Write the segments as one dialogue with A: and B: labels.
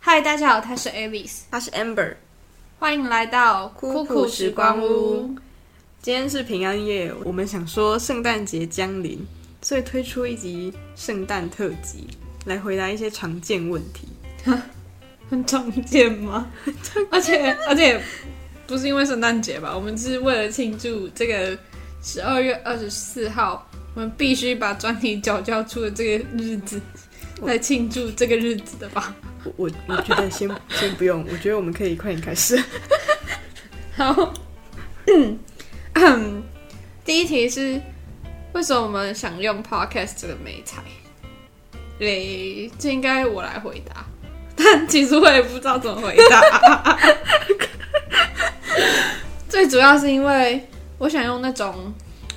A: 好，她是 Alice，
B: 他是 Amber。
A: 欢迎来到
B: 酷酷时光屋。今天是平安夜，我们想说圣诞节降临，所以推出一集圣诞特辑，来回答一些常见问题。
C: 很常见吗？而且而且不是因为圣诞节吧，我们是为了庆祝这个十二月二十四号，我们必须把专题缴交出的这个日子来庆祝这个日子的吧。
B: 我我我觉 得先先不用，我觉得我们可以快点开始。
C: 好，嗯 嗯，第一题是为什么我们想用 podcast 这个美材？嘞，这应该我来回答， 但其实我也不知道怎么回答。 最主要是因为我想用那种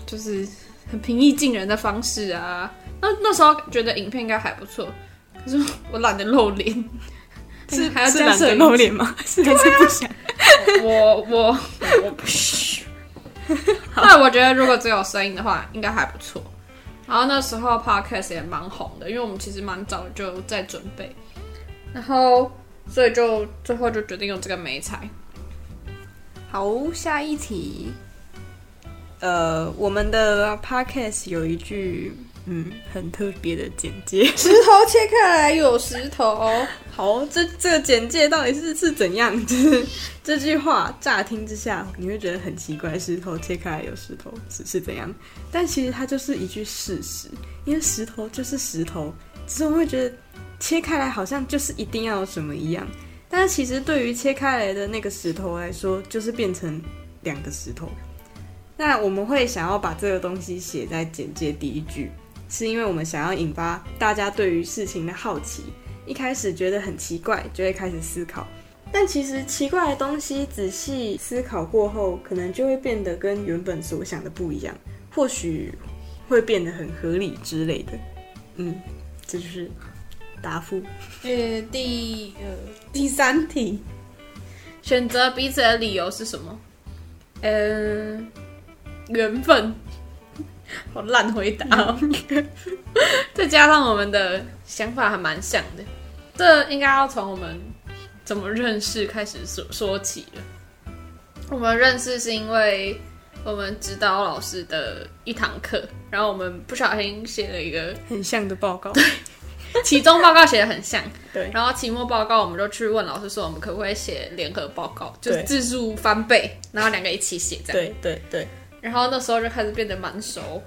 C: 就是很平易近人的方式啊。那那时候觉得影片应该还不错，可是我懒得露脸，
B: 是
C: 哎还要
B: 是
C: 加
B: 懒
C: 摄
B: 得
C: 影
B: 露 脸吗？是
C: 啊
B: 还是不想？
C: 我我我不是。 那我觉得如果只有声音的话，应该还不错。然后那时候 podcast 也蛮红的，因为我们其实蛮早就在准备，然后所以就最后就决定用这个美彩。
B: 好，下一题。呃，我们的 podcast 有一句嗯很特别的简介。
C: 石头切开来有石 头，
B: 好，这这个简介到底是是怎样？就是这句话乍听之下，你会觉得很奇怪，石头切开来有石头是是怎样？但其实它就是一句事实，因为石头就是石头，只是我们会觉得切开来好像就是一定要有什么一样，但是其实对于切开来的那个石头来说，就是变成两个石头。那我们会想要把这个东西写在简介第一句，是因为我们想要引发大家对于事情的好奇。一开始觉得很奇怪，就会开始思考。但其实奇怪的东西，仔细思考过后，可能就会变得跟原本所想的不一样，或许会变得很合理之类的。嗯，这就是答复。
C: 呃，第呃第三题，选择彼此的理由是什么？嗯、缘分。 好烂回答、哦， 再加上我们的想法还蛮像的，这应该要从我们怎么认识开始说说起了。我们认识是因为我们指导老师的一堂课，然后我们不小心写了一个
B: 很像的报告，
C: 期中报告写的很像，
B: 对
C: 然后期末报告我们就去问老师说，我们可不可以写联合报告，就是
B: 对
C: 字数翻倍，然后两个一起写这样。
B: 对对对，
C: 然后那时候就开始变得蛮熟，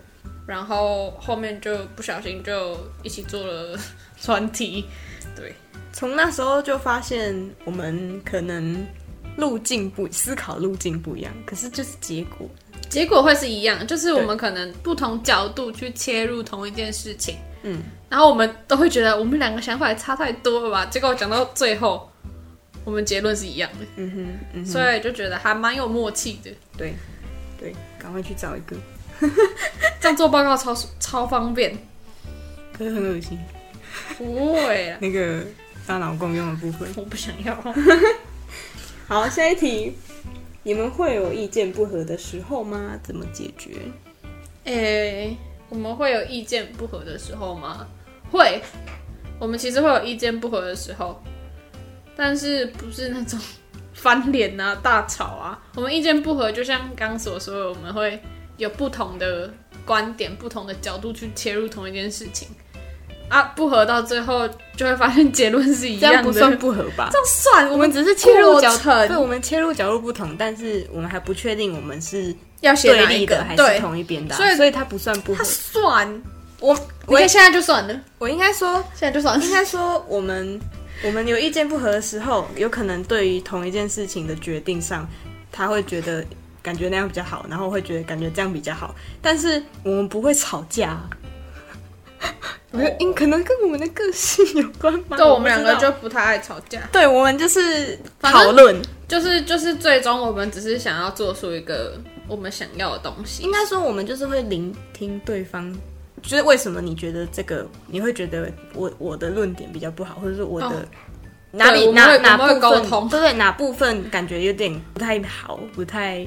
C: 然后后面就不小心就一起做了专题， 对，
B: 从那时候就发现我们可能路径不思考路径不一样，可是就是结果
C: 结果会是一样，就是我
B: 对
C: 们可能不同角度去切入同一件事情，
B: 嗯，
C: 然后我们都会觉得我们两个想法也差太多了吧，结果讲到最后，我们结论是一样的，
B: 嗯哼，嗯哼，
C: 所以就觉得还蛮有默契的。
B: 对对，赶快去找一个，
C: 这样做报告超超方便。
B: 可是很恶心。
C: 不会啦，
B: 那个大脑共用的部分。
C: 我不想要。
B: 好，下一题，你们会有意见不合的时候吗？怎么解决？
C: 诶、我们会有意见不合的时候吗？会，我们其实会有意见不合的时候，但是不是那种翻脸啊、大吵啊。我们意见不合，就像刚刚所说的，我们会有不同的观点、不同的角度去切入同一件事情啊，不合到最后就会发现结论是一
B: 这
C: 样的。
B: 样不算不合吧
C: 这？样算，我
B: 我
C: 们
B: 们只是切入角
C: 过程
B: 对，我们切入角度不同，但是我们还不确定我们是
C: 要写
B: 对
C: 哪一
B: 立
C: 个
B: 的还
C: 对
B: 是同一边的啊、
C: 所以
B: 所以它不算不合
C: 他。算，
B: 我
C: 你
B: 我
C: 看现在就算了，
B: 我应该说，
C: 现在就算了
B: 应。该说我们我们有意见不合的时候，有可能对于同一件事情的决定上，他会觉得感觉那样比较好，然后会觉得感觉这样比较好，但是我们不会吵架 啊。我觉得因可能跟我们的个性有关吧。
C: 对，我
B: 不
C: 们两
B: 知
C: 个
B: 道
C: 就不太爱吵架，
B: 对，我们就是
C: 反正
B: 讨论。
C: 就是就是最终我们只是想要做出一个我们想要的东西
B: 应。该说，我们就是会聆听对方，就是为什么你觉得这个，你会觉得我我的论点比较不好，或者是我的、
C: 哦
B: 哪
C: 对
B: 里
C: 我们
B: 哪
C: 会
B: 哪
C: 我们会
B: 部分
C: 沟通
B: 对对，哪部分感觉有点不太好，不太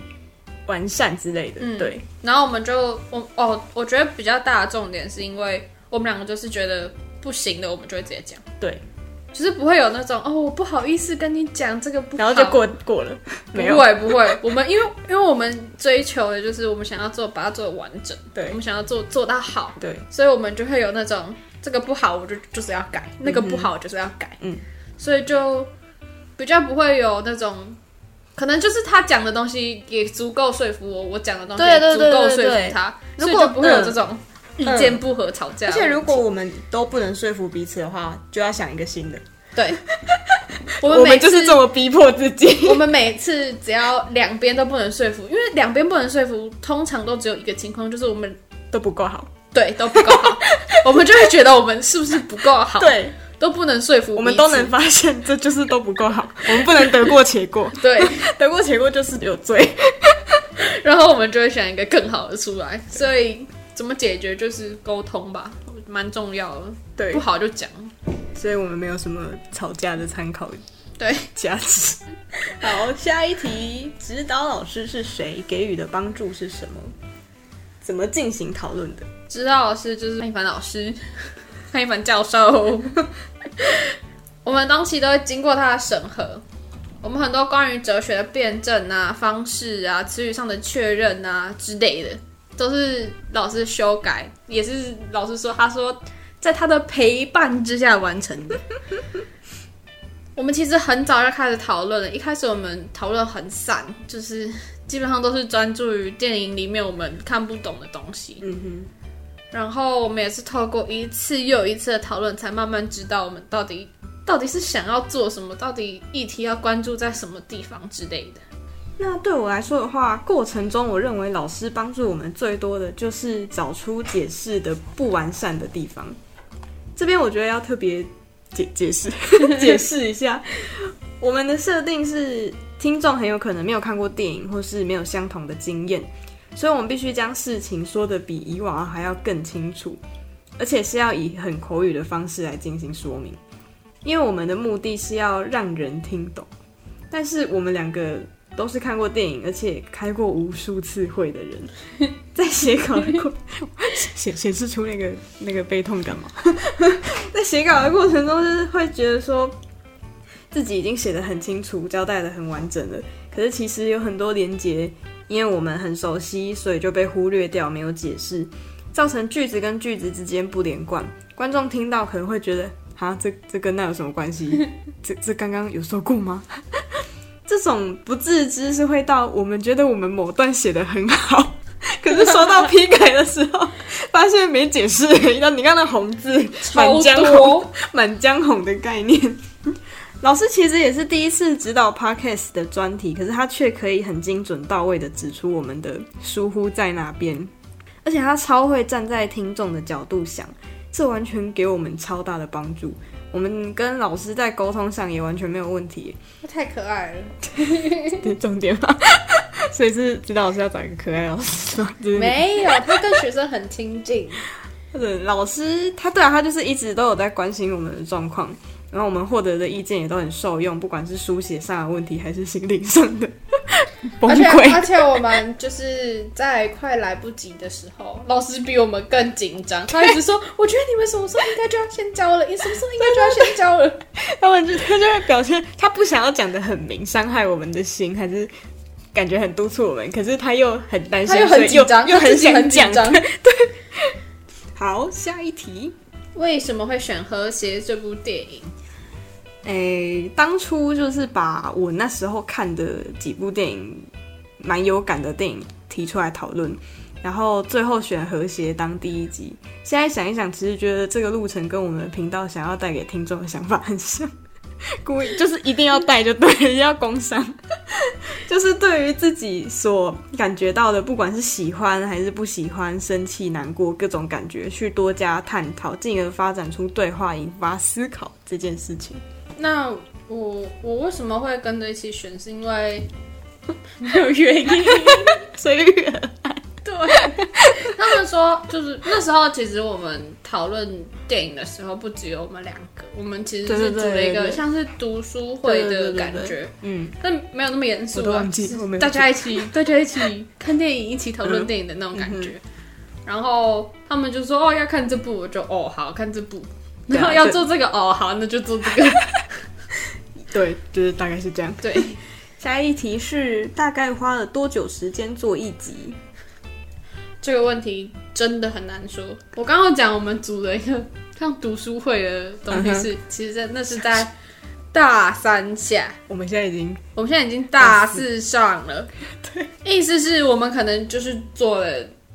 B: 完善之类的，
C: 嗯
B: 对
C: 然后我们就我哦，我觉得比较大的重点是因为我们两个就是觉得不行的，我们就会直接讲。
B: 对，
C: 就是不会有那种哦，我不好意思跟你讲这个不好，
B: 然后就过过了，没有
C: 不会不会，我们因为因为我们追求的就是我们想要做把它做得完整，我
B: 对
C: 们想要做做到好，
B: 对，
C: 所以我们就会有那种这个不好我就就是要改，那个不好我就是要改，
B: 嗯，
C: 所以就比较不会有那种。可能就是他讲的东西也足够说服我，我讲的东西也
B: 对对
C: 足
B: 对
C: 够
B: 对
C: 说
B: 对
C: 服他，
B: 如
C: 所以
B: 果
C: 就不会有
B: 嗯
C: 这种意
B: 嗯
C: 见不合吵架的
B: 而
C: 问题。
B: 且如果我们都不能说服彼此的话，就要想一个新的。
C: 对，我
B: 我
C: 们每
B: 们就
C: 次
B: 是这么逼迫自 己。
C: 我们每次只要两边都不能说服，因为两边不能说服，通常都只有一个情况，就是我们
B: 都不够好，
C: 对都不够 好，我们就会觉得我们是不是不够好，，
B: 对，
C: 都不能说服，
B: 我们都能，发现这就是都不够好， 我们不能得过且过，
C: 对，
B: 得过且过就是有罪。
C: 然后我们就会想一个更好的出来，所以怎么解决就是沟通吧，蛮重要的，
B: 对
C: 不，好就讲。
B: 所以我们没有什么吵架的参考
C: 对，
B: 价值。 好，下一题，指导老师是谁？给予的帮助是什么？怎么进行讨论的？
C: 指导老师就是潘一凡老师， 潘一凡教授。我们东西都会经过他的审核，我们很多关于哲学的辩证啊、方式啊、词语上的确认啊之类的，都是老师修改，也是老师说他说在他的陪伴之下完成的。 我们其实很早就开始讨论了，一开始我们讨论很散，就是基本上都是专注于电影里面我们看不懂的东西。
B: 嗯
C: 然后我们也是透过一次又一次的讨论，才慢慢知道我们到底到底是想要做什么，到底议题要关注在什么地方之类的。
B: 哼，那对我来说的话，过程中我认为老师帮助我们最多的就是找出解释的不完善的地方。这边我觉得要特别解解释 解释一下，我们的设定是听众很有可能没有看过电影，或是没有相同的经验，所以我们必须将事情说的比以往还要更清楚，而且是要以很口语的方式来进行说明，因为我们的目的是要让人听懂。但是我们两个都是看过电影，而且开过无数次会的人， 在写稿的 过显显示出那个那个悲痛感嘛， 在写稿的过程中，就是会觉得说自己已经写的很清楚，交代的很完整了，可是其实有很多连结，因为我们很熟悉，所以就被忽略掉，没有解释，造成句子跟句子之间不连贯，观众听到可能会觉得。啊，这这跟那有什么关系？这这刚刚有说过吗？ 这种不自知是会到我们觉得我们某段写的很好， 可是收到批改的时候，发现没解释。那你看那红字，《满江红》《
C: 多，
B: 满江红》的概念。 老师其实也是第一次指导 podcast 的专题，可是他却可以很精准到位的指出我们的疏忽在哪边，而且他超会站在听众的角度想，这完全给我们超大的帮助。我们跟老师在沟通上也完全没有 问题耶
C: 太可爱了。
B: 这是重点吗？ 所以是指导老师要找一个可爱老师吗？ 就是
C: 没有，他跟学生很亲近，
B: 或者老师他对啊，他就是一直都有在关心我们的状况，然后我们获得的意见也都很受用，不管是书写上的问题还是心灵上的 崩
C: 而且而
B: 溃。
C: 且我们就是在快来不及的时候，老师比我们更紧张，他一直说：“我觉得你们什么时候应该就要先交了，你什么时候应该就要先交了。”
B: 他们就他就会表现，他不想要讲的很明，伤害我们的心，还是感觉很督促我们，可是他又很担心，
C: 他又
B: 所以
C: 很紧张，
B: 又
C: 他
B: 很
C: 自己
B: 想
C: 很紧
B: 讲。
C: 张。
B: 好，下一题。
C: 为什么会选《和谐》这部电影？
B: 诶、当初就是把我那时候看的几部电影，蛮有感的电影提出来讨论，然后最后选《和谐》当第一集。现在想一想，其实觉得这个路程跟我们频道想要带给听众的想法很像，故意就是一定要带就对了，要工伤，就是对于自己所感觉到的，不管是喜欢还是不喜欢、生气、难过各种感觉，去多加探讨，进而发展出对话，引发思考这件事情。
C: 那我我为什么会跟着一起选？是因为 没有原因。
B: 随缘。
C: 对，他们说就是那时候，其实我们讨论电影的时候，不只有我们两个，我们其实是
B: 对对
C: 组
B: 对
C: 了一
B: 对
C: 个
B: 对
C: 像是读书会的感
B: 对对对
C: 觉，
B: 嗯，
C: 但没有那么严肃
B: 我都
C: 啊
B: 忘，记嗯
C: 就是
B: 我没有
C: 大家一 起大家一起看电影，一起讨论电影的那种感觉。然后他们就说哦要看这部，我就哦好看这部，
B: 对啊
C: 然后要
B: 这
C: 做这个哦，好，那就做这 个。
B: 对，就是大概是这样。
C: 对，
B: 下一题是大概花了多久时间做一集？
C: 这个问题真的很难说。我刚刚讲我们组了一个像读书会的东西
B: 嗯哼
C: 是，其实在那是在大三下，
B: 我们现在已经
C: 我们现在已经大四上了。对，意思是我们可能就是做了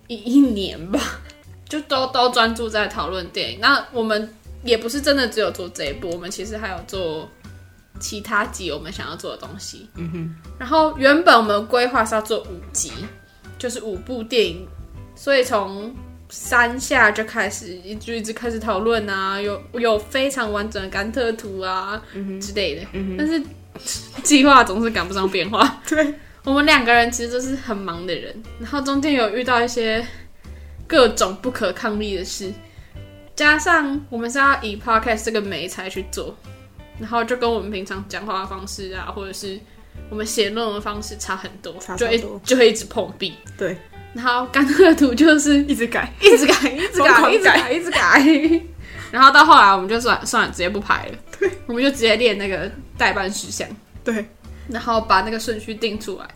C: 一一年吧， 就都都专注在讨论电影。那我们也不是真的只有做这一部，我们其实还有做其他集我们想要做的东西。嗯哼。然后原本我们规划是要做五集，就是五部电影，所以从三下就开始，一就一直开始讨论啊，有有非常完整的甘特图啊、
B: 嗯
C: 之类的。但是 计划总是赶不上变化。
B: 对，
C: 我们两个人其实都是很忙的人，然后中间有遇到一些各种不可抗力的事，加上我们是要以 podcast 这个媒材去做，然后就跟我们平常讲话的方式啊，或者是我们写论文的方式差很多，
B: 差
C: 就
B: 超
C: 一
B: 多
C: 就会一直碰壁。
B: 对
C: 然后甘特图就是
B: 一直改，
C: 一直改，一直
B: 疯
C: 改，
B: 狂
C: 一直改，一直改。 然后到后来，我们就算算了，直接不排了。对，我们就直接练那个代办事项，
B: 对
C: 然后把那个顺序定出来，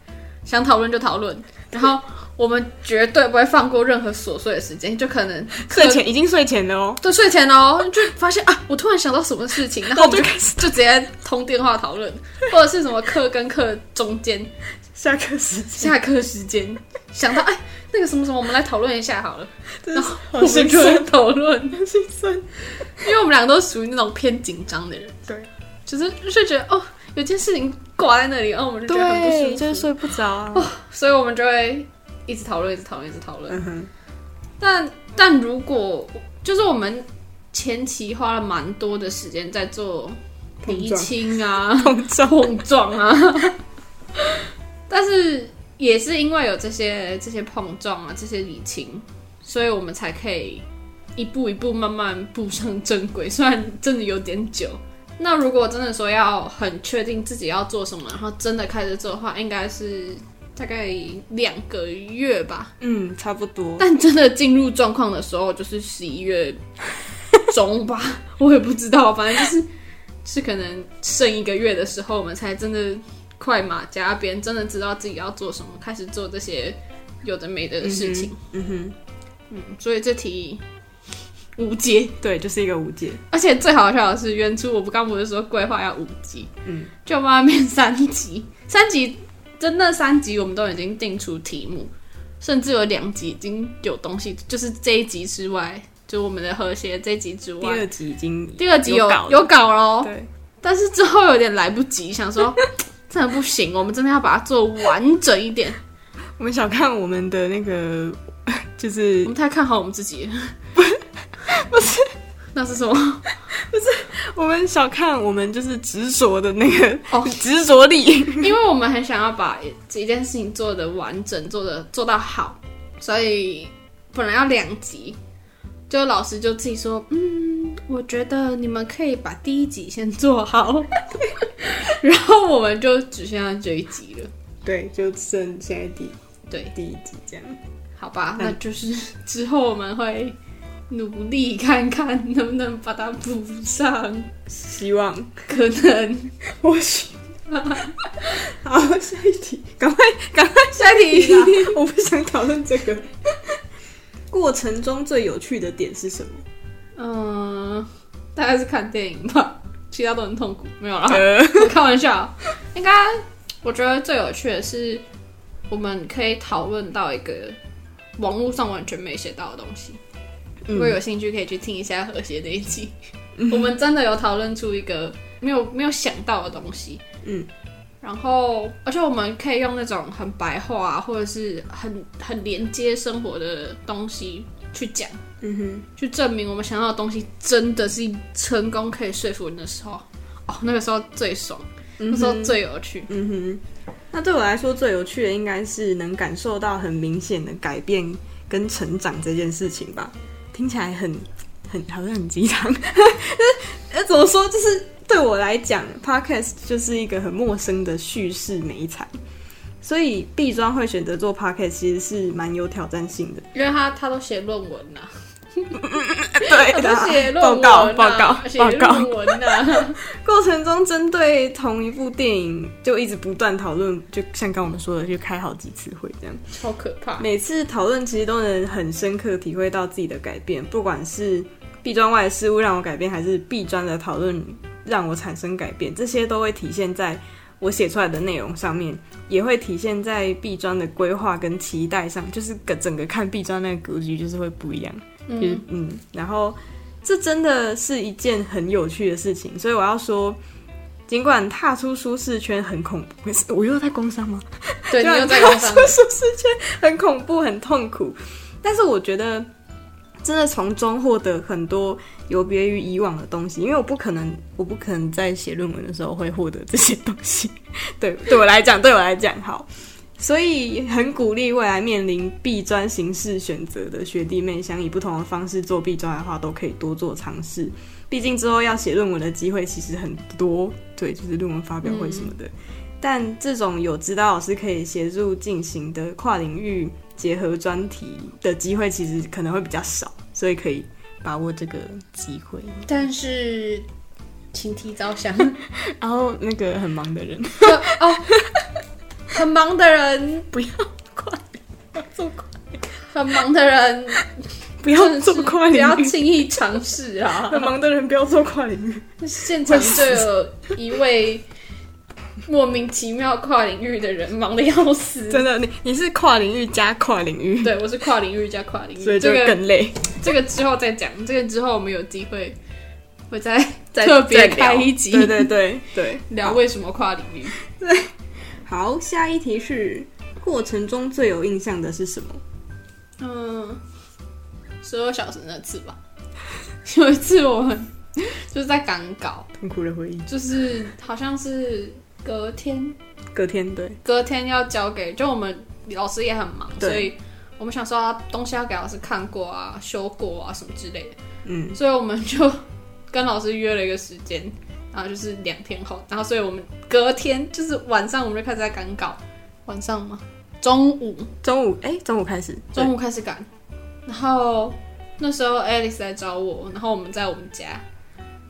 C: 想讨论就讨论。然后我们绝对不会放过任何琐碎的时间，就可能
B: 睡前已经睡前了哦。
C: 对睡前哦，就发现啊，我突然想到什么事情，然后我们就就直接通电话讨论，或者是什么课跟课中间
B: 下课时间，
C: 下课时间想到哎那个什么什么，我们来讨论一下好了，
B: 真
C: 然
B: 是
C: 后
B: 好
C: 我们
B: 心
C: 就会
B: 酸，
C: 讨论。
B: 好心酸。
C: 因为我们两个都属于那种偏紧张的人，
B: 对，
C: 就是就觉得哦，有件事情挂在那里，哦然后我们就觉得很不舒服，
B: 就是睡不着啊。
C: 所以我们就会一直讨论，一直讨论，一直讨论。
B: 嗯哼，
C: 但但如果就是我们前期花了蛮多的时间在做
B: 碰
C: 厘
B: 撞
C: 清啊、
B: 碰撞，
C: 碰撞啊，但是也是因为有这些这些碰撞啊、这些理清，所以我们才可以一步一步慢慢步上正轨。虽然真的有点久，那如果真的说要很确定自己要做什么，然后真的开始做的话，应该是大概两个月吧。
B: 嗯，差不多。
C: 但真的进入状况的时候，就是十一月中吧， 我也不知道，反正就是是可能剩一个月的时候，我们才真的快马加鞭，真的知道自己要做什么，开始做这些有的没的的事情。
B: 嗯哼，
C: 嗯所以这题无解。
B: 对，就是一个无解。
C: 而且最好笑的是，原初我不刚不是说规划要五集，
B: 嗯，
C: 就慢慢变三集， 三集真的三集我们都已经定出题目，甚至有两集已经有东西，就是这一集之外，就我们的和谐这一集之
B: 第
C: 外，
B: 二集已经
C: 第二集有
B: 稿了
C: 有稿喽，
B: 对，
C: 但是之后有点来不及，想说 真的不行，我们真的要把它做完整一点，
B: 我们想看我们的那个， 就是
C: 我们太看好我们自己 了， 不是不是，那是什么？
B: 我们小看我们就是执着的那个
C: 哦
B: 执着力，
C: 因为我们很想要把一件事情做的完整，做的做到好，所以本来要两集，就老师就自己说，嗯，我觉得你们可以把第一集先做好，然后我们就只剩下这一集了。
B: 对，就剩现在第
C: 对，
B: 第一集这样。
C: 好吧，
B: 嗯
C: 那就是之后我们会努力看看能不能把它补上，
B: 希望
C: 可能
B: 或许。好，下一题，赶快赶快
C: 下一
B: 啊
C: 题。
B: 我不想讨论这个。过程中最有趣的点是什么？
C: 嗯，大概是看电影吧， 其他都很痛苦，没有啦，
B: 呃，
C: 开玩笑。应该我觉得最有趣的是，我们可以讨论到一个网络上完全没写到的东西。
B: 嗯
C: 如果有兴趣，可以去听一下和谐那一集， 我们真的有讨论出一个没有没有想到的东西。
B: 嗯。
C: 然后，而且我们可以用那种很白话、啊、或者是很很连接生活的东西去讲。
B: 嗯哼，
C: 去证明我们想要的东西真的是成功可以说服人的时候，哦，那个时候最爽，那时候最有趣。
B: 嗯哼。那对我来说最有趣的应该是能感受到很明显的改变跟成长这件事情吧。听起来很很好像很鸡汤， 呃，怎么说？就是对我来讲，podcast 就是一个很陌生的叙事美材，所以毕庄会选择做 podcast，其实是蛮有挑战性的。
C: 因为他他都写论文啦，
B: 对
C: 我都写
B: 的，
C: 论
B: 报
C: 文
B: 告
C: 啊
B: 报告
C: 写
B: 报告。
C: 论文呐，
B: 过程中针对同一部电影就一直不断讨论，就像刚我们说的，就开好几次会这样。
C: 超可怕。
B: 每次讨论其实都能很深刻体会到自己的改变，不管是壁砖外的事物让我改变，还是壁砖的讨论让我产生改变，这些都会体现在我写出来的内容上面，也会体现在壁砖的规划跟期待上，就是整个看壁砖那个格局就是会不一样。就是
C: 嗯，
B: 嗯，然后这真的是一件很有趣的事情，所以我要说，尽管踏出舒适圈很恐怖，不是我又在工伤吗？
C: 对你
B: 就
C: 又
B: 很
C: 在
B: 怕
C: 工伤
B: 啊说，舒适圈很恐怖、很痛苦，但是我觉得真的从中获得很多有别于以往的东西，因为我不可能，我不可能在写论文的时候会获得这些东西。对，对我来讲，对我来讲，好。所以很鼓励未来面临毕专形式选择的学弟妹，想以不同的方式做毕专的话，都可以多做尝试。毕竟之后要写论文的机会其实很多，对，就是论文发表会什么的。但这种有指导老师可以协助进行的跨领域结合专题的机会，其实可能会比较少，所以可以把握这个机会。
C: 但是请提早想。
B: 然后那个很忙的 人，
C: 哦，很忙的人不要快，
B: 做快
C: 很忙的 人
B: 不
C: 真
B: 要
C: 的是
B: 做跨
C: 不
B: 领
C: 要
B: 域，
C: 轻易尝试 啊！
B: 很忙的人不要做跨领 域。
C: 现场就有一位莫名其妙跨领域的人，忙的要死。
B: 真的，你你是跨领域加跨领域，
C: 对，我是跨领域加跨领域，
B: 所以就
C: 这个
B: 更累。
C: 这个之后再讲，这个之后我们有机会会再
B: 再
C: 特别
B: 再聊
C: 开一集
B: 对对对对，
C: 聊为什么跨领域。
B: 好，下一题是过程中最有印象的是什么？
C: 嗯，十二小时那次吧， 有一次我们就是在赶稿，
B: 痛苦的回忆。
C: 就是好像是隔天，
B: 隔天对，
C: 隔天要交给，就我们老师也很忙，
B: 对
C: 所以我们想说、啊、东西要给老师看过啊、修过啊什么之类的，
B: 嗯，
C: 所以我们就跟老师约了一个时间，然后就是两天后，然后所以我们隔天就是晚上我们就开始在赶稿，晚上吗？中午，
B: 中午哎，中午开始，对
C: 中午开始赶，然后那时候 Alice 来找我，然后我们在我们家，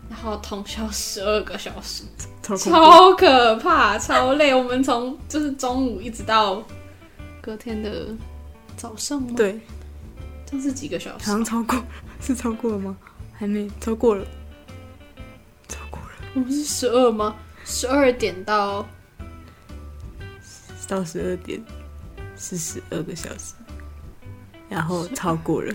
C: 然后通宵十二个小时，
B: 超恐怖
C: 超可怕，超累。我们从就是中午一直到隔天的早上吗？，
B: 对，
C: 这样是几个小时
B: 好？像超过， 是超过了吗？还没，超过了，超过了，
C: 我们是十二吗？十二点到
B: 到十二点是十二个小时，然后超过 了，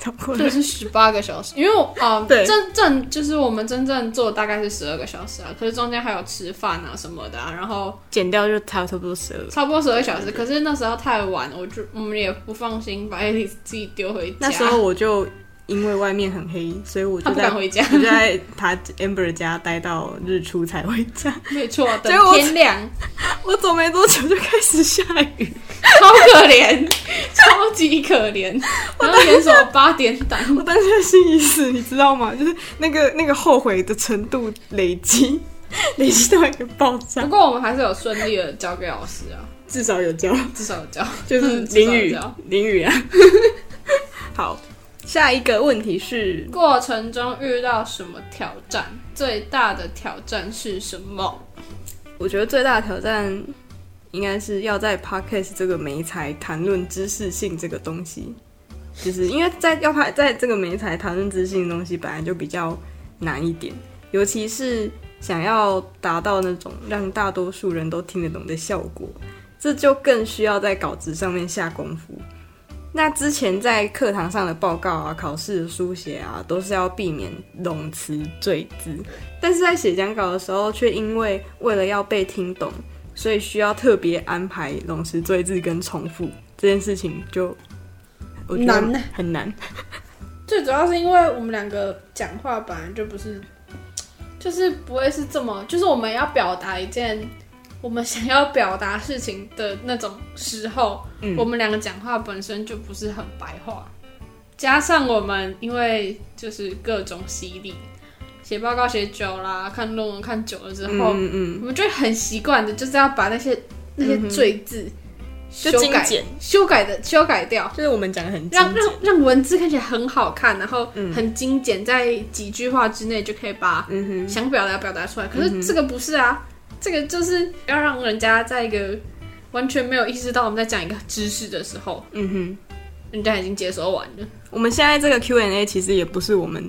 B: 超过
C: 这
B: 了，
C: 是十八个小时，因为 我啊，
B: 对
C: 真正就是我们真正做大概是十二个小时啊，可是中间还有吃饭啊什么的、啊，然后
B: 减掉就差不多十二。
C: 差不多十二小时，可是那时候太晚，我就我们也不放心把 Alice 自己丢回家。
B: 那时候我就因为外面很黑，所以 我
C: 他
B: 就
C: 不
B: 在
C: 敢
B: 我
C: 回家，
B: 就在他 Amber 家待到日出才回家。
C: 没错，等
B: 结果我
C: 天亮，
B: 我走没多久就开始下雨，
C: 超可怜， 超级可怜。然后演什么八点档？
B: 我当时心已死，你知道吗？ 就是那个那个后悔的程度累积， 累积到一个爆
C: 不
B: 炸，
C: 过我们还是有顺利的交给老师啊，
B: 至少有交。
C: 至少有交。
B: 就是
C: 嗯
B: 淋雨
C: 至少有交，
B: 淋雨啊。 好，下一个问题是，
C: 过程中遇到什么挑战？最大的挑战是什么？
B: 我觉得最大的挑战应该是要在 podcast 这个媒材谈论知识性这个东西，就是因为在要拍在这个媒材谈论知识性的东西本来就比较难一点，尤其是想要达到那种让大多数人都听得懂的效果，这就更需要在稿子上面下功夫。那之前在课堂上的报告啊、考试的书写啊，都是要避免冗词赘字，但是在写讲稿的时候，却因为为了要被听懂，所以需要特别安排冗词赘字跟重复这件事情就，我觉得
C: 难呢
B: 很难。
C: 最主要是因为我们两个讲话本来就不是，就是不会是这么，就是我们要表达一件我们想要表达事情的那种时候，
B: 嗯
C: 我们两个讲话本身就不是很白话，加上我们因为就是各种洗礼，写报告写久啦，看论文看久了之后，
B: 嗯嗯
C: 我们就会很习惯的，就是要把那些那些赘字
D: 嗯就
C: 修
D: 精
C: 改
D: 简
C: 修改的修改掉，
B: 就是我们讲的很精
C: 让
B: 简
C: 让，让文字看起来很好看，然后很精简，在几句话之内就可以把
B: 嗯哼，
C: 想表达表达出来。
B: 嗯
C: 可是这个不是啊，这个就是要让人家在一个完全没有意识到我们在讲一个知识的时候，
B: 嗯哼。
C: 人家已经接收完了。
B: 我们现在这个 Q&A 其实也不是我们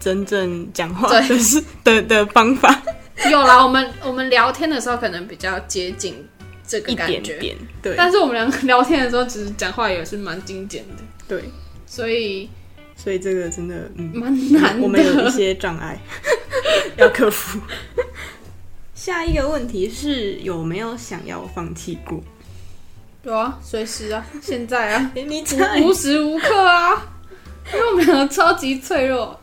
B: 真正讲话的是的的方法，
C: 有啦，我们我们聊天的时候可能比较接近这个
B: 一
C: 感
B: 点
C: 觉，
B: 点，对
C: 但是我们两个聊天的时候，其实讲话也是蛮精简的，
B: 对，
C: 所以
B: 所以这个真的，嗯，
C: 蛮难的。
B: 我们有一些障碍 要克服。下一个问题是有没有想要放弃过？
C: 有啊，随时啊，现在啊，
B: 你
C: 无时无刻啊，因为我们两个超级脆弱，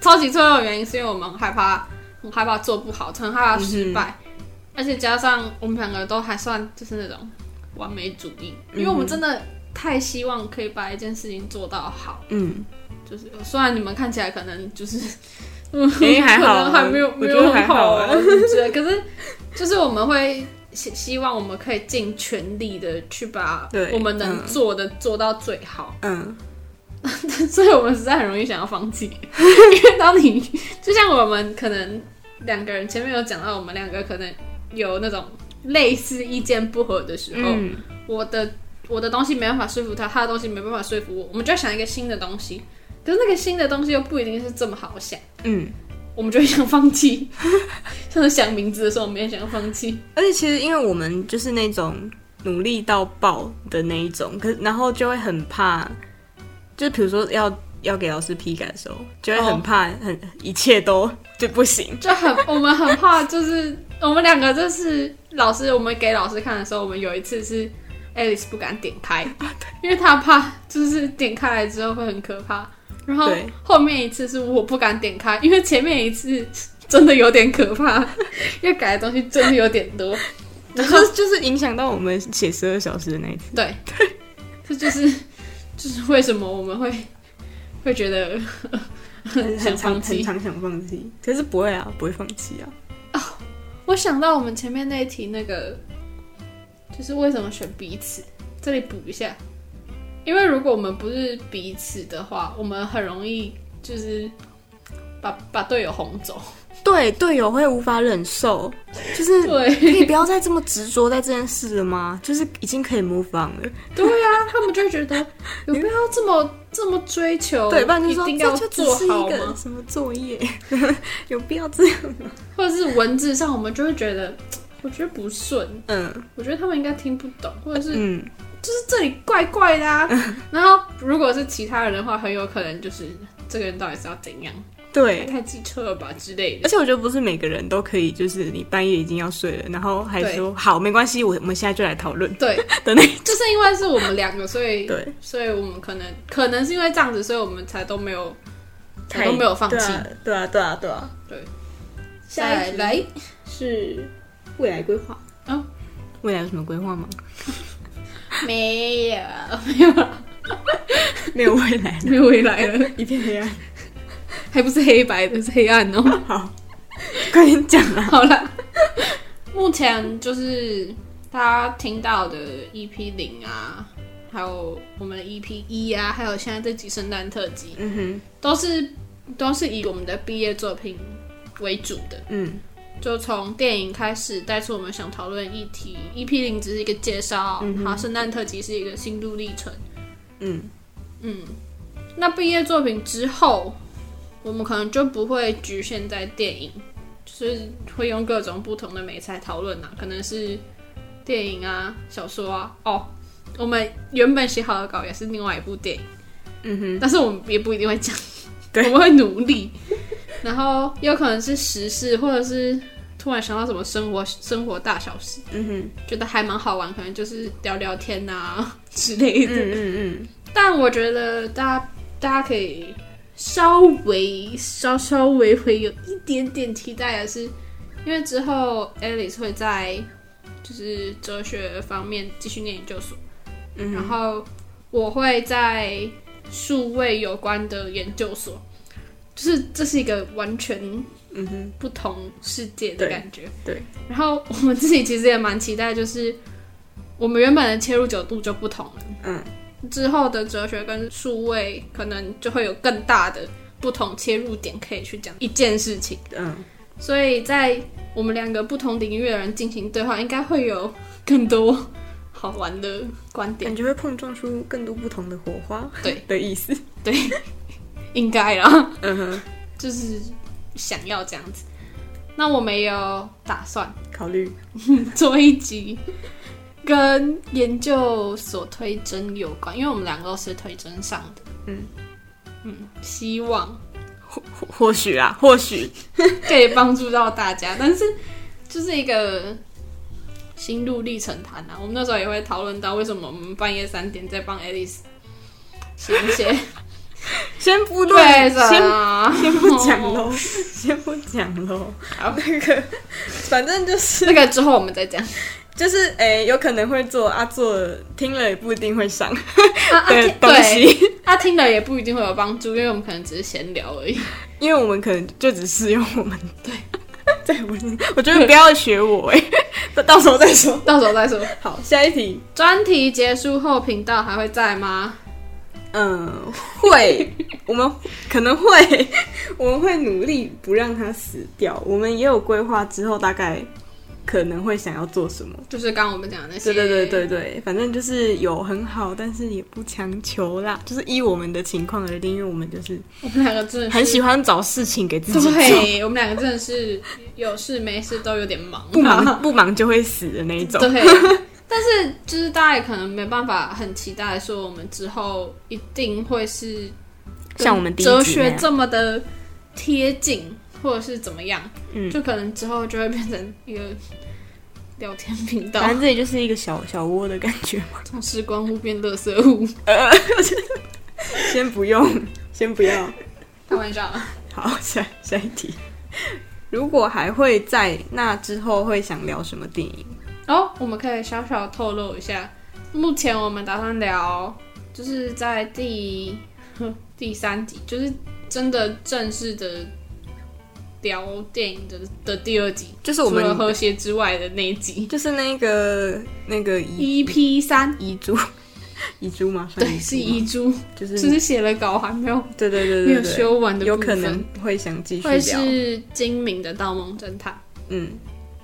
C: 超级脆弱的原因是因为我们害怕，很害怕做不好，很害怕失败，
B: 嗯
C: 而且加上我们两个都还算就是那种完美主义，
B: 嗯
C: 因为我们真的太希望可以把一件事情做到好，
B: 嗯，
C: 就是虽然你们看起来可能就是。
B: 哎还
C: 可
B: 好
C: 能还没有
B: 我
C: 没
B: 觉
C: 有
B: 得
C: 很
B: 还好啊
C: 啊，对，可是就是我们会希希望我们可以尽全力的去把
B: 对
C: 我们能
B: 嗯
C: 做的做到最好，
B: 嗯，
C: 所以我们实在很容易想要放弃， 因为当你就像我们可能两个人前面有讲到，我们两个可能有那种类似意见不合的时候，
B: 嗯
C: 我的我的东西没办法说服他，他的东西没办法说服我，我们就要想一个新的东西，可是那个新的东西又不一定是这么好想。
B: 嗯，
C: 我们就会想放弃。 像是想名字的时候，我们也想要放弃。
B: 而且其实因为我们就是那种努力到爆的那一种，可然后就会很怕，就是比如说要要给老师批改的时候，就会很
C: 哦
B: 怕，很一切都就不行。
C: 就很 我们很怕，就是我们两个就是老师，我们给老师看的时候，我们有一次是 Alice 不敢点 开，
B: 啊
C: 因为她怕就是点开来之后会很可怕。然后
B: 对
C: 后面一次是我不敢点开，因为前面一次真的有点可怕， 要改的东西真的有点多。
B: 然后就是影响到我们写十二小时的那一次。
C: 对，这就是就是为什么我们会会觉得 想放弃
B: 很。常想放弃，可是不会啊，不会放弃啊。
C: 我想到我们前面那一题那个，就是为什么选彼此，这里补一下，因为如果我们不是彼此的话，我们很容易就是把把队友轰 走。
B: 对，队友会无法忍受，就是
C: 对
B: 可以不要再这么执着在这件事了吗？就是已经可以 move on 了，
C: 对啊，他们就会觉 得有必要这么这么追求，
B: 对，不然就
C: 一
B: 说
C: 定
B: 这
C: 要
B: 就只
C: 做
B: 是哦一
C: 好
B: 个
C: 吗？
B: 什么作业， 有必要这样？
C: 或者是文字上，我们就会觉得。我觉得不顺，
B: 嗯
C: 我觉得他们应该听不懂，或者是
B: 嗯，
C: 就是这里怪怪的 啊。然后如果是其他人的话，很有可能就是这个人到底是要怎样，也
B: 对。
C: 太机车了吧之类
B: 而
C: 的。
B: 且我觉得不是每个人都可以，就是你半夜已经要睡了，然后还
C: 对
B: 说好没关系，我我们现在就来讨论
C: 对，
B: 的那
C: 就是因为是我们两个，所以
B: 对，
C: 所以我们可能可能是因为这样子，所以我们才都没有才都没有放弃。
B: 对啊对啊对啊，
C: 对，
B: 下
C: 再
B: 一题
C: 来，
B: 是未来规划
C: 哦
B: 未来有什么规划吗？
C: 没有没有了
B: 没有未 来
C: 没有未来了，
B: 一片黑暗。
C: 还不是黑白的，是黑暗哦。
B: 好，快点讲啊！
C: 好了， 目前就是大家听到的 EP 零啊，还有我们的 EP 一啊，还有现在这集圣诞特辑，
B: 嗯哼，
C: 都是都是以我们的毕业作品为主的，
B: 嗯
C: 就从电影开始带出我们想讨论的议题。EP 零只是一个介绍，然后圣诞特辑是一个心路历程。
B: 嗯
C: 嗯，那毕业作品之后，我们可能就不会局限在电影，就是会用各种不同的美材讨论啊，可能是电影啊、小说啊。哦，我们原本写好的稿也是另外一部电影，
B: 嗯哼，
C: 但是我们也不一定会讲，
B: 对
C: 我们会努力。然后也有可能是时事，或者是突然想到什么生活生活大小事，
B: 嗯哼，
C: 觉得还蛮好玩，可能就是聊聊天啊之类的。
B: 嗯嗯
C: 但我觉得大家大家可以稍微稍稍微会有一点点期待的是，因为之后 Alice 会在就是哲学方面继续念研究所，
B: 嗯
C: 然后我会在数位有关的研究所，就是这是一个完全
B: 嗯哼，
C: 不同世界的
B: 对
C: 感觉。
B: 对
C: 然后我们自己其实也蛮期待，就是我们原本的切入角度就不同了。
B: 嗯，
C: 之后的哲学跟数位可能就会有更大的不同切入点可以去讲一件事情，
B: 嗯，
C: 所以在我们两个不同领域的人进行对话，应该会有更多好玩的观点
B: 感。觉会碰撞出更多不同的火花，
C: 对
B: 的意思。
C: 应该啦，
B: 嗯哼，
C: 就是想要这样子。那我没有打算
B: 考虑
C: 做一集跟研究所推甄有关，因为我们两个都是推甄上的。
B: 嗯
C: 嗯，希望
B: 或或或许啊，或许
C: 可以帮助到大家，但是就是一个心路历程谈啊。我们那时候也会讨论到为什么我们半夜三点在帮 Alice 写一 些
B: 先不论，
C: 对
B: 先
C: 的，
B: 先不讲喽，先不讲喽。
C: 好
B: 那个，反正就是
C: 这个之后我们再 讲。
B: 就是，诶、有可能会做啊，做了听了也不一定会上
C: 啊啊
B: 的
C: 听
B: 东
C: 对，
B: 西，
C: 他、听了也不一定会有帮助，因为我们可能只是闲聊而已。
B: 因为我们可能就只适用我们 对。对，我我觉得不要学我诶、到到时候再说。
C: 到时候再说。
B: 好，下一题，
C: 专题结束后，频道还会在吗？
B: 嗯， 会，我们可能会，我们会努力不让它死掉。我们也有规划之后大概可能会想要做什么。
C: 就是刚刚我们讲的那些，
B: 对对对对对，反正就是有很好，但是也不强求啦，就是依我们的情况而定，因为我们就是
C: 我们两个真的
B: 很
C: 是
B: 喜欢找事情给自己做，
C: 对，我们两个真的是有事没事都有点忙，
B: 不忙不忙就会死的那一种。
C: 对，但是就是大家也可能没办法很期待说我们之后一定会是
B: 像我们第一集
C: 哲学
B: 那样
C: 这么的贴近，或者是怎么样，
B: 嗯
C: 就可能之后就会变成一个聊天频道
B: 反，正这里就是一个小小窝的感觉嘛。呃
C: 从时光屋变乐色屋，
B: 先不用，先不要。
C: 开玩笑啊，
B: 好，下下一题。如果还会在那之后会想聊什么电影？
C: 哦，我们可以小小透露一下，目前我们打算聊，就是在第 第三集，就是真的正式的聊电影的的第二集，
B: 就是我们
C: 除了和谐之外的那一集
B: 就是那个那个遗
C: ，EP 三，
B: 遗珠，遗珠吗？算
C: 对，是
B: 遗珠吗，
C: 遗珠，
B: 就是
C: 只是写了稿还没有
B: 对对对
C: 没
B: 对
C: 有
B: 对
C: 修完的
B: 有
C: 部
B: 可
C: 分
B: 能会想继续
C: 会
B: 聊。
C: 是精明的盗梦侦探。
B: 嗯，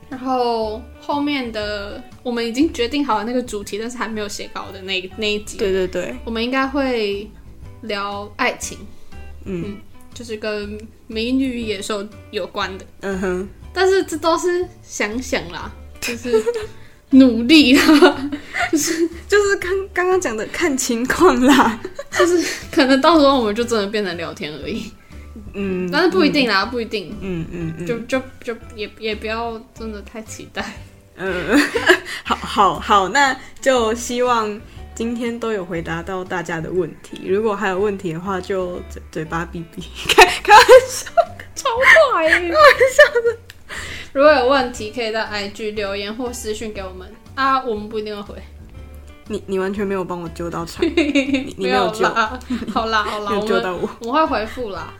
C: 然后后面的我们已经决定好了那个主题，但是还没有写稿的那一那一集，
B: 对对对，
C: 我们应该会聊爱情，
B: 嗯
C: 就是跟美女与野兽有关的。
B: 嗯哼，
C: 但是这都是想想啦，就是努力啦，
B: 就是刚刚刚讲的看情况啦。
C: 可能到时候我们就真的变成聊天而已。
B: 嗯，
C: 但是不一定啦，不一定，
B: 嗯嗯嗯，
C: 就就就也也不要真的太期 待。
B: 嗯，好好好，那就希望今天都有回答到大家的问题。如果还有问题的话，就嘴嘴巴闭闭。开开玩笑，
C: 超快！如果有问题，可以到 IG 留言或私讯给我们啊，我们不一定会回。
B: 你你完全没有帮我揪到场，你
C: 没
B: 没有
C: 有啦，好啦好啦，
B: 没有
C: 我
B: 揪到
C: 们
B: 我。
C: 我会回复啦。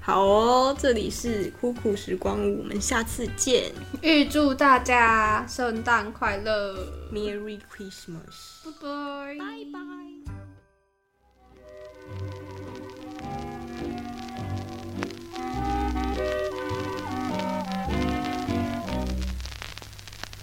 B: 好哦，这里是酷酷时光屋，我们下次见。
C: 预祝大家圣诞快乐，
B: Merry Christmas。
C: 拜拜，拜拜。